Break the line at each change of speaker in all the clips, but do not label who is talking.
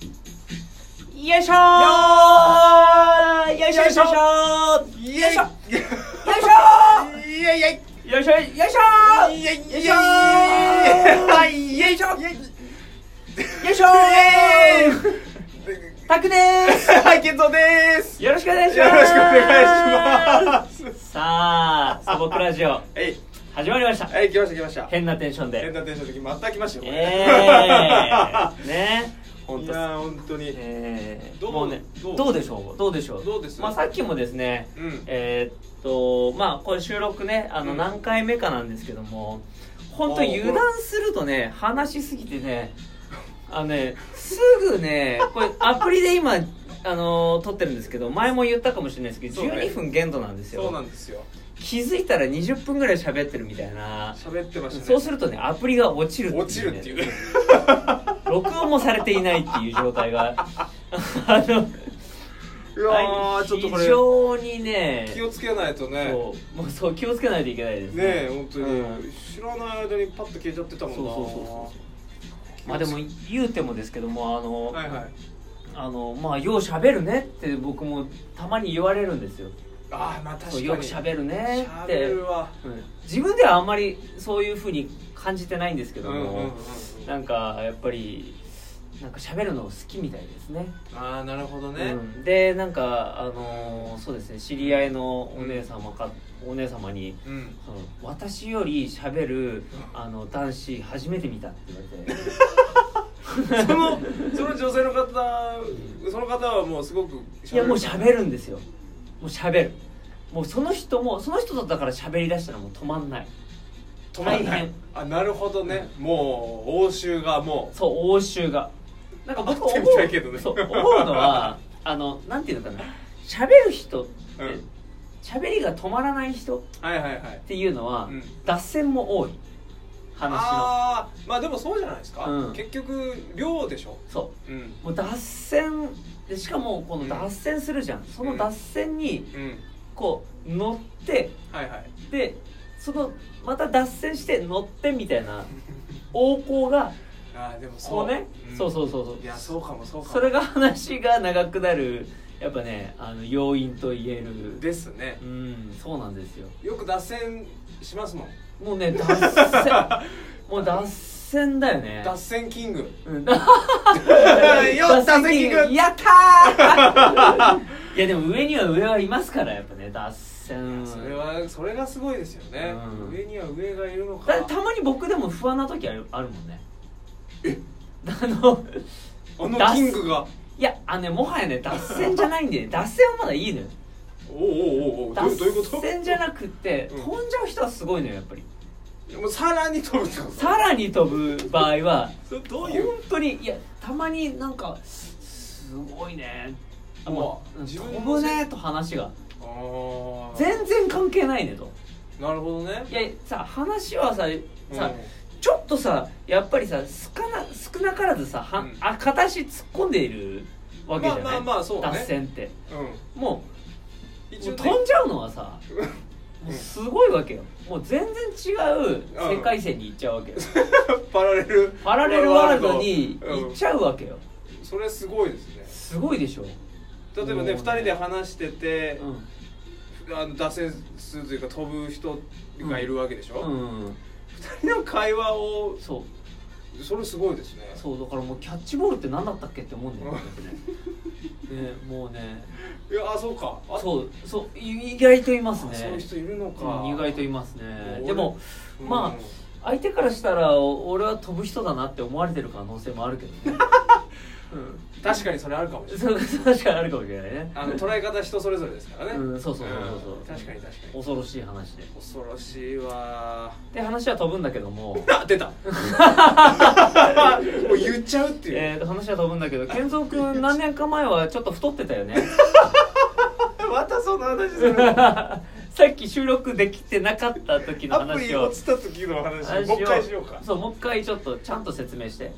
よいしょーよいしょよいしょ
イエイ
よよいし
イエイイエイ
ょよいしょよいしょよいしょはいよい
イエイイエイ
しょ
イエイ
よいしょタクです
はい、ケンゾーです
よろしくお願いし
よ
ま
ろ
す
しくお願いします
さあ素朴ラジオ
はい、
始まりました
はい、来ました来ました
変なテンション
変
で
なテンションの時また来ましたよこれ
えーね本
い
当
やー、本当に
えー
どう
もうね
どう
どうでしょうどうでしょう
どうです
まあさっきもですね
うん
えーっとまあこれ収録ねあの
うん
何回目かなんですけども、本当
おー
油断するとね話しすぎてねあのねすぐねこれアプリで今あの撮ってるんですけど前も言ったかもしれないですけど、
そうね
12分限度なんですよ
そうなんですよ
気づいたら20分ぐらい喋ってるみたいな
喋ってましたね
そうするとねアプリが落ちるっていうね
落ちるっていうね
録音もされていないっていう状態が あの
うわー、ちょっとこ
非
れ
常にね
気をつけないとね
そうもうそう気をつけないといけないですね
ねえ、本当
うん
に知らない間にパッと消えちゃってたもんな
そうそうそうそうまあでも言うてもですけどもあの、
はいはい
あのまあよう喋るねって僕もたまに言われるんですよ
ああ、まあ確か
そう
に
よく喋るねっ
喋
て
るわ
うん自分ではあんまりそういうふうに感じてないんですけども、
あ
なんかやっぱりなんか喋るの好きみたいですね
あーなるほどね、
うんでなんかあのーそうですね知り合いのお姉様か、お姉様に
うん
その私より喋るあの男子初めて見たって言われて
そのその女性の方その方はもうすごく
いやもう
喋
喋るんですよもう喋るもうその人もその人とだから喋りだしたらもう止まんない
止まんな
大
い
変
あなるほどねもう応酬がも
そう応酬がなんか僕思
会
う
ってみたいけどね
そう思うの はあのなんていうのかな喋る人って
うん
喋、りが止まらない人
うはいはいはい
っていうのは、
うん
脱線も多い話の
ああまあでもそうじゃないですか、
うん
結局量でしょ
そ
うん
うもう脱線でしかもこの脱線するじゃん、その脱線に
うん
こう乗って
はいはい
でそのまた脱線して乗ってみたいな横行が
ああでもそ
こ
う
うね、
ん
そうそうそうそう
いやそうかもそうかも
それが話が長くなるやっぱねあの要因と言える
ですね
うんそうなんですよ
よく脱線しますもん
もうね脱 線もう脱線だよね
脱線キング
うん
よっ脱線キング
やったー いやでも上には上はいますからやっぱね脱線
それはそれがすごいですよね、
うん
上には上がいるのか
だたまに僕でも不安な時あるあるもんねえあの
あの
脱
キングが
いやあのねもはやね脱線じゃないん で脱線はまだいいのよ
おうおうおうおうどう
脱
どういうこと
線じゃなくって
うん
飛んじゃう人はすごいのよやっぱり
もうさらに飛ぶってこと
さらに飛ぶ場合は
それど
本
ういう
当にいやたまになんかすごいねあも
う
う
わ自分
飛
の
ぶねと話が
ああ
全然関係ないねと
なるほどね
いやさ話はささ、
うん
ちょっとさやっぱりさ少な少なからずさは、
うん
あ片足突っ込んでいるわけじゃない、
まあまあまあそうね
脱線って
うん
もう
一応、ね、
飛んじゃうのはさもうすごいわけよもう全然違う
うん
世界線に行っちゃうわけよ、
パラレル
パラレルワールドに
うん
行っちゃうわけよ
それすごいですね
すごいでしょ、
例えばね
うん
2人で話してて
う、ん
あの脱線するというか飛ぶ人がいるわけでしょ、
うん、
2人の会話を
そう
それすごいですね
そうだからもうキャッチボールって何だったっけって思うんだよねねもうね
いやあそうかあ
そうそうい意外といます
あ
ね
そういう人いるのか
うん意外といます
う
ね
ん
でも
うん
ま相手からしたらお俺は飛ぶ人だなって思われてる可能性もあるけどね、
確かにそれあるかもし
う
れ
ん、
ない
そう確かにあるかもしれないね
あの捉え方人それぞれですからね、
うんそうそうそうそうそう、
ん確かに確かに
恐ろしい話で
恐ろしいわ
で話は飛ぶんだけども
あ 出たもう言っちゃう っていう、
えー、話は飛ぶんだけ ど健三君何年か前はちょっと太ってたよね
またその話する
さっき収録できてなかった時の
アプ
話
リ落
を
ちた時の話
話
もう一回しようか
そうもう一回ちょっとちゃんと説明して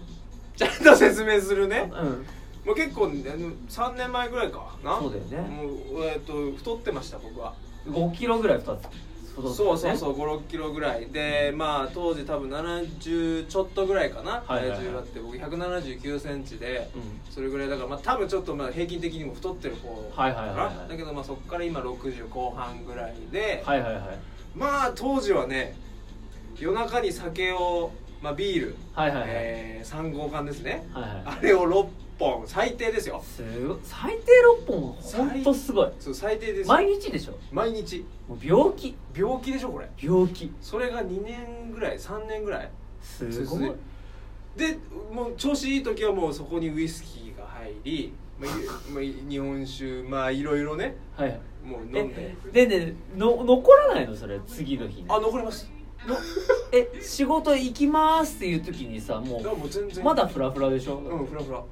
ちゃんと説明するね
うん
まあ、結構、ね、3年前ぐらいかな
そうだよね
もう、えー、と太ってました僕は
5キロぐらい太って太って
そうそうそうう5 6キロぐらいでまあ当時多分70ちょっとぐらいかな
はいはいは
体
い
重があって僕1 7 9センチで、
うん
それぐらいだからまあ多分ちょっとまあ平均的にも太ってる方か
はい
な、
はいはいはい
だけどまあそこから今60後半ぐらいで、
はいはいはい
まあ当時はね夜中に酒を、まあ、ビール、
はいはいはい
え3号缶ですね、
はいはい
あれを6本最低ですよ
すごい最低6本はほんとすごい
そう最低ですよ
毎日でしょ
毎日
もう病気
病気でしょこれ
病気
それが2年ぐらい3年ぐらい
すご
続
い
いでもう調子いい時はもうそこにウイスキーが入り、まあい まあ、日本酒まあいろいろね
はいはい
もう飲んで
えでねの残らないのそれ次の日に
あ残りますの
え仕事行きますっていう時にさも
いやもう全
う
然
まだフラフラでしょ、
うんフラフラ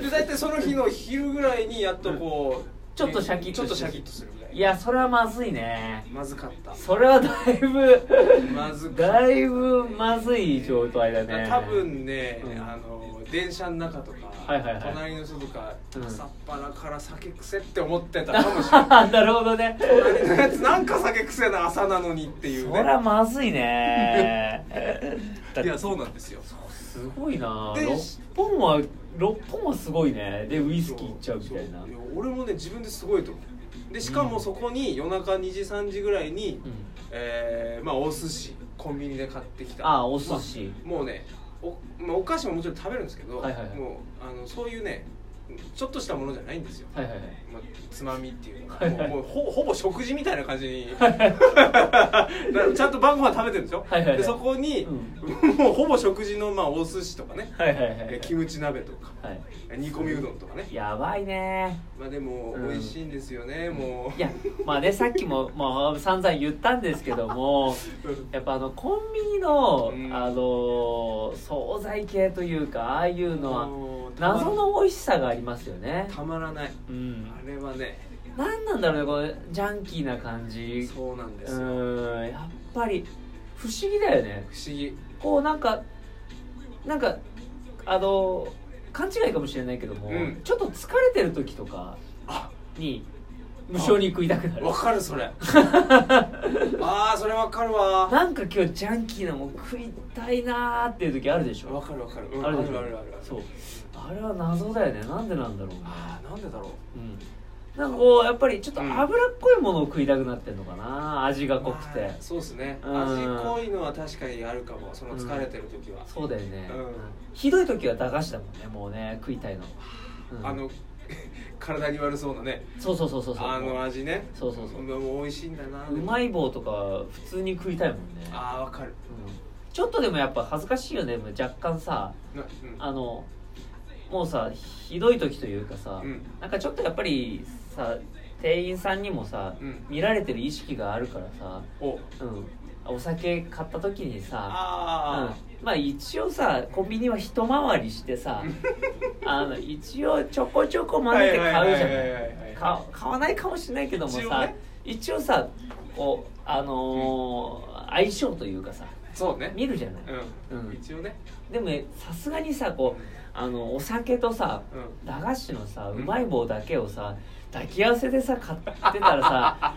で大体その日の昼ぐらいにやっとこう、
ちょっとシャキッと
ちょっとシャキッとするぐらい
いやそれはまずいね
まずかった
それはだいぶ
まずかった
だいぶまずい状態だね
多分ね、
うん
あの電車の中とか、
はいはいはい
隣の人とか、
うん
朝っぱらから酒癖って思ってたかもしれな い
なるほどね
隣のやつ なんか酒癖な朝なのにっていう
そりゃ
ね
まずい ねだっ
い
て
やそうなんですよ
すごいな
で
6本は六本はすごいねでウイスキーいっちゃうみたいな
そうや俺もね自分ですごいと思うでしかもそこに夜中2時3時ぐらいに、
うん
えーまあお寿司コンビニで買ってきた
あお寿司、
もうねお,、まあ、お菓子ももちろん食べるんですけど、
はいはいはい
もうあのそういうねちょっとしたものじゃないんですよ、
はいはいはい
まあ、つまみっていうの
は
が
い
も
はい
うもうほほぼ食事みたいな感じにだからちゃんと晩ご飯食べてるんですよ、
はいはいはい
でそこに、もうほぼ食事の、まあ、お寿司とかね、
はいはいはいは
え
い
キムチ鍋とか
はい
煮込みうどんとかね
やばいね
まあでも
うん
美味しいんですよね、もう
いやまあねさっきも、 まあ、散々言ったんですけどもやっぱあのコンビニの、
うん
あの惣菜系というかああいうのは
もうたま
謎の美味しさがありますよね
たまらない
うん
あれはね
何なんだろうねこのジャンキーな感じ
そうなんで
う
すよ、不
んやっぱり不思議だよね
思議
こうなんかなんかあの勘違いかもしれないけども、
うん
ちょっと疲れてる時とか
あ
に無性に食いたくなる
わかる それああそれわかるわわ
なんか今日ジャンキーなもん食いたいなーっていう時あるでしょ
かるわかる、うん
あるでし
あ
ょ
るあるある
そうあれは謎だよねなんでなんだろうね
ああなんでだろう
うんなんかこうやっぱりちょっと脂っこいものを食いたくなってんのかな味が濃くて、
まあそうですね
うん
味濃いのは確かにあるかもその疲れてる時は、
そうだよね、
うん
ひどい時は駄菓子だもんねもうね食いたいの、うん
あの 体に悪そうなね
そうそうそうそうそう
あの味ね
そうそうそう
もう美味しいんだな
うまい棒とか普通に食いたいもんね、
ああわかる
うんちょっとでもやっぱ恥ずかしいよねもう若干さ
なうん
あのもうさひどい時というかさ、
うん
なんかちょっとやっぱりさ店員さんにもさ、
うん
見られてる意識があるからさ、う
お
ん、お酒買った時にさ、うん
あ
まあ一応さコンビニは一回りして さあの一応ちょこちょこ
あ
混ぜて買うじゃ
はいはい
ない
はいはいはい
買買わないかもしれないけどもさ
一応ね
一応さこうあのー相性というかさ
そうね
見るじゃない、
うん、
うん
一応ね
でもねさすがにさこうあのお酒とさ
う
駄菓子のさ
う
うんまい棒だけをさ抱き合わせでさ買ってたら さ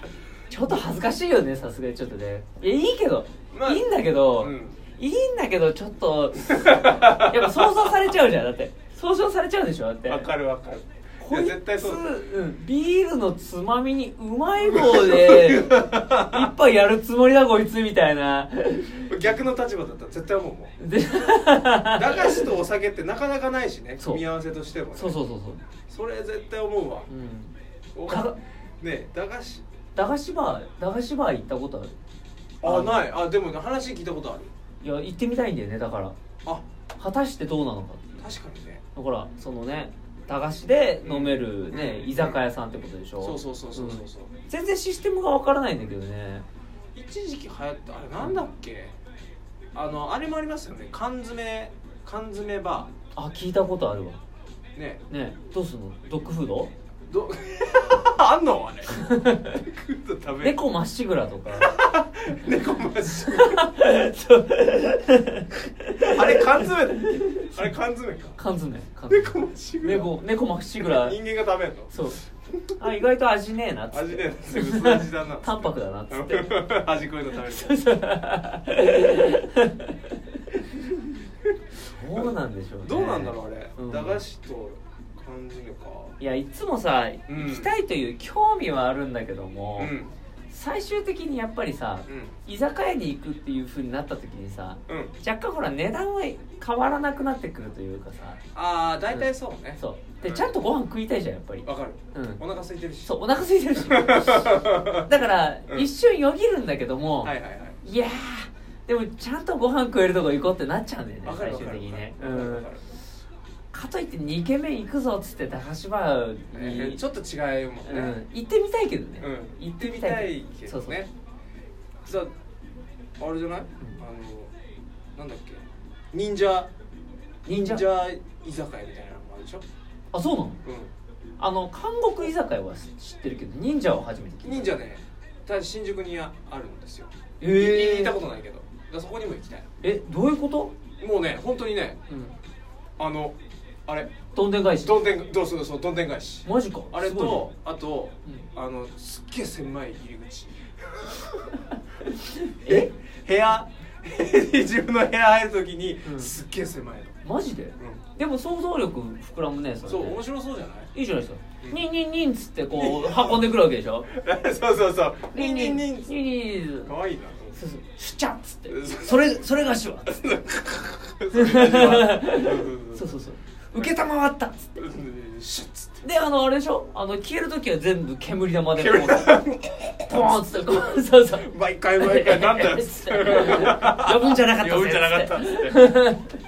ちょっと恥ずかしいよねさすがにちょっとねいやいいけど、
まあ
いいんだけど、
うん
いいんだけどちょっとやっぱ想像されちゃうじゃんだって想像されちゃうでしょだって
わかるわかるい
こ
や
いつ
絶対そうだ
うんビールのつまみにうまい棒 で一杯やるつもりだこいつみたいな
逆の立場だったら絶対思うもん
で
駄菓子とお酒ってなかなかないしね
そう
組み合わせとしても、ね、
そうそうそうそう、
それ絶対思うわ
うん、
お
か
ね駄菓子
駄菓子バー駄菓子バー行ったことある
あ
あ
ないあでも話聞いたことある
いや行ってみたいんだよねだから
あ
果たしてどうなのかっていう
確かにね
だからそのね駄菓子で飲めるね、
うん
居酒屋さんってことでしょ
そうそうそうそうそう
うん
そう
全然システムがわからないんだけどね
一時期流行ったあれなんだっけあのあれもありますよね缶詰缶詰バ
あ聞いたことあるわ
ーね
ねどうすんのドッグフード
どあんのあれ食べる
猫まっしぐらとか
猫マシ
そう
あれ缶詰だっけあれ缶詰か
缶詰缶詰
猫マシグラ
猫猫まっしぐら
人間が食べんの
そうあ意外と味ねえなっつって
味ねえなすぐ薄味だな
淡白だなっつって
味こういうの食べる
そうなんでしょうね
どうなんだろうあれ、
うん
駄菓子と缶詰か
いやいつもさ
うん
行きたいという興味はあるんだけども、
うん
最終的にやっぱりさ、居酒屋に行くっていう風になった時にさ
うんうん
若干ほら値段は変わらなくなってくるというかさ
ああ大体そうね
そうでちゃんとご飯食いたいじゃんやっぱり
わかる、
うん
お腹空いてるし
そうお腹空いてる しだから、
うん
一瞬よぎるんだけども、
はいはいはい
いやーでもちゃんとご飯食えるとこ行こうってなっちゃうんだよね
わか
最
るわ
終
かる
的にね
わかるわかるわかる
うんかといって2軒目行くぞっつって駄菓子バーに、
えーちょっと違うもん
う
ね
ん、行ってみたいけどね、
うん
行
行
っ
ってて
み
み
た
た
い
い
け
け
ど
ど
そう
ねさあれじゃないあのなんだっけ忍者
忍者
忍者居酒屋みたいなのもあるでしょ
あそうなの
う
あの韓国居酒屋は知ってるけど忍者は初めて聞
ん
いた
忍者ねただ新宿にああるんですよ
え
行ったことないけどだからそこにも行きたい
えどういうこと、
もうね本当にね
うん、
あのあれ
どんでん返し
どんでんどうそうそうどんでん返し
マジか
あれ
すごい
と
ね
あと
う
あのすっげえ狭い入り口
え
部屋 自分の部屋入るときに
うん
すっげえ狭いの、
マジで、でも想像力膨らむねそれね
そう面白そうじゃない
いいじゃないですか
う。ん
ニンニンニンっつってこう運んでくるわけでしょ。
そうそうそう。
ニ
ニ
ン
ン
ニ
ニ
ンニン
ンニン。
ニンニン。
可愛いな。
そうそう。シュチャッつって。それそれがしは。そうそうそう。受けたまわったっつっ
シュッつって
て。であのあれでしょ。あの消える時は全部煙玉でこう。ポーンっつってこう。そうそう。
毎回毎回なんだよ。
つって呼ぶんじゃなかったぜ
呼ぶんじゃなかったっつっ
つって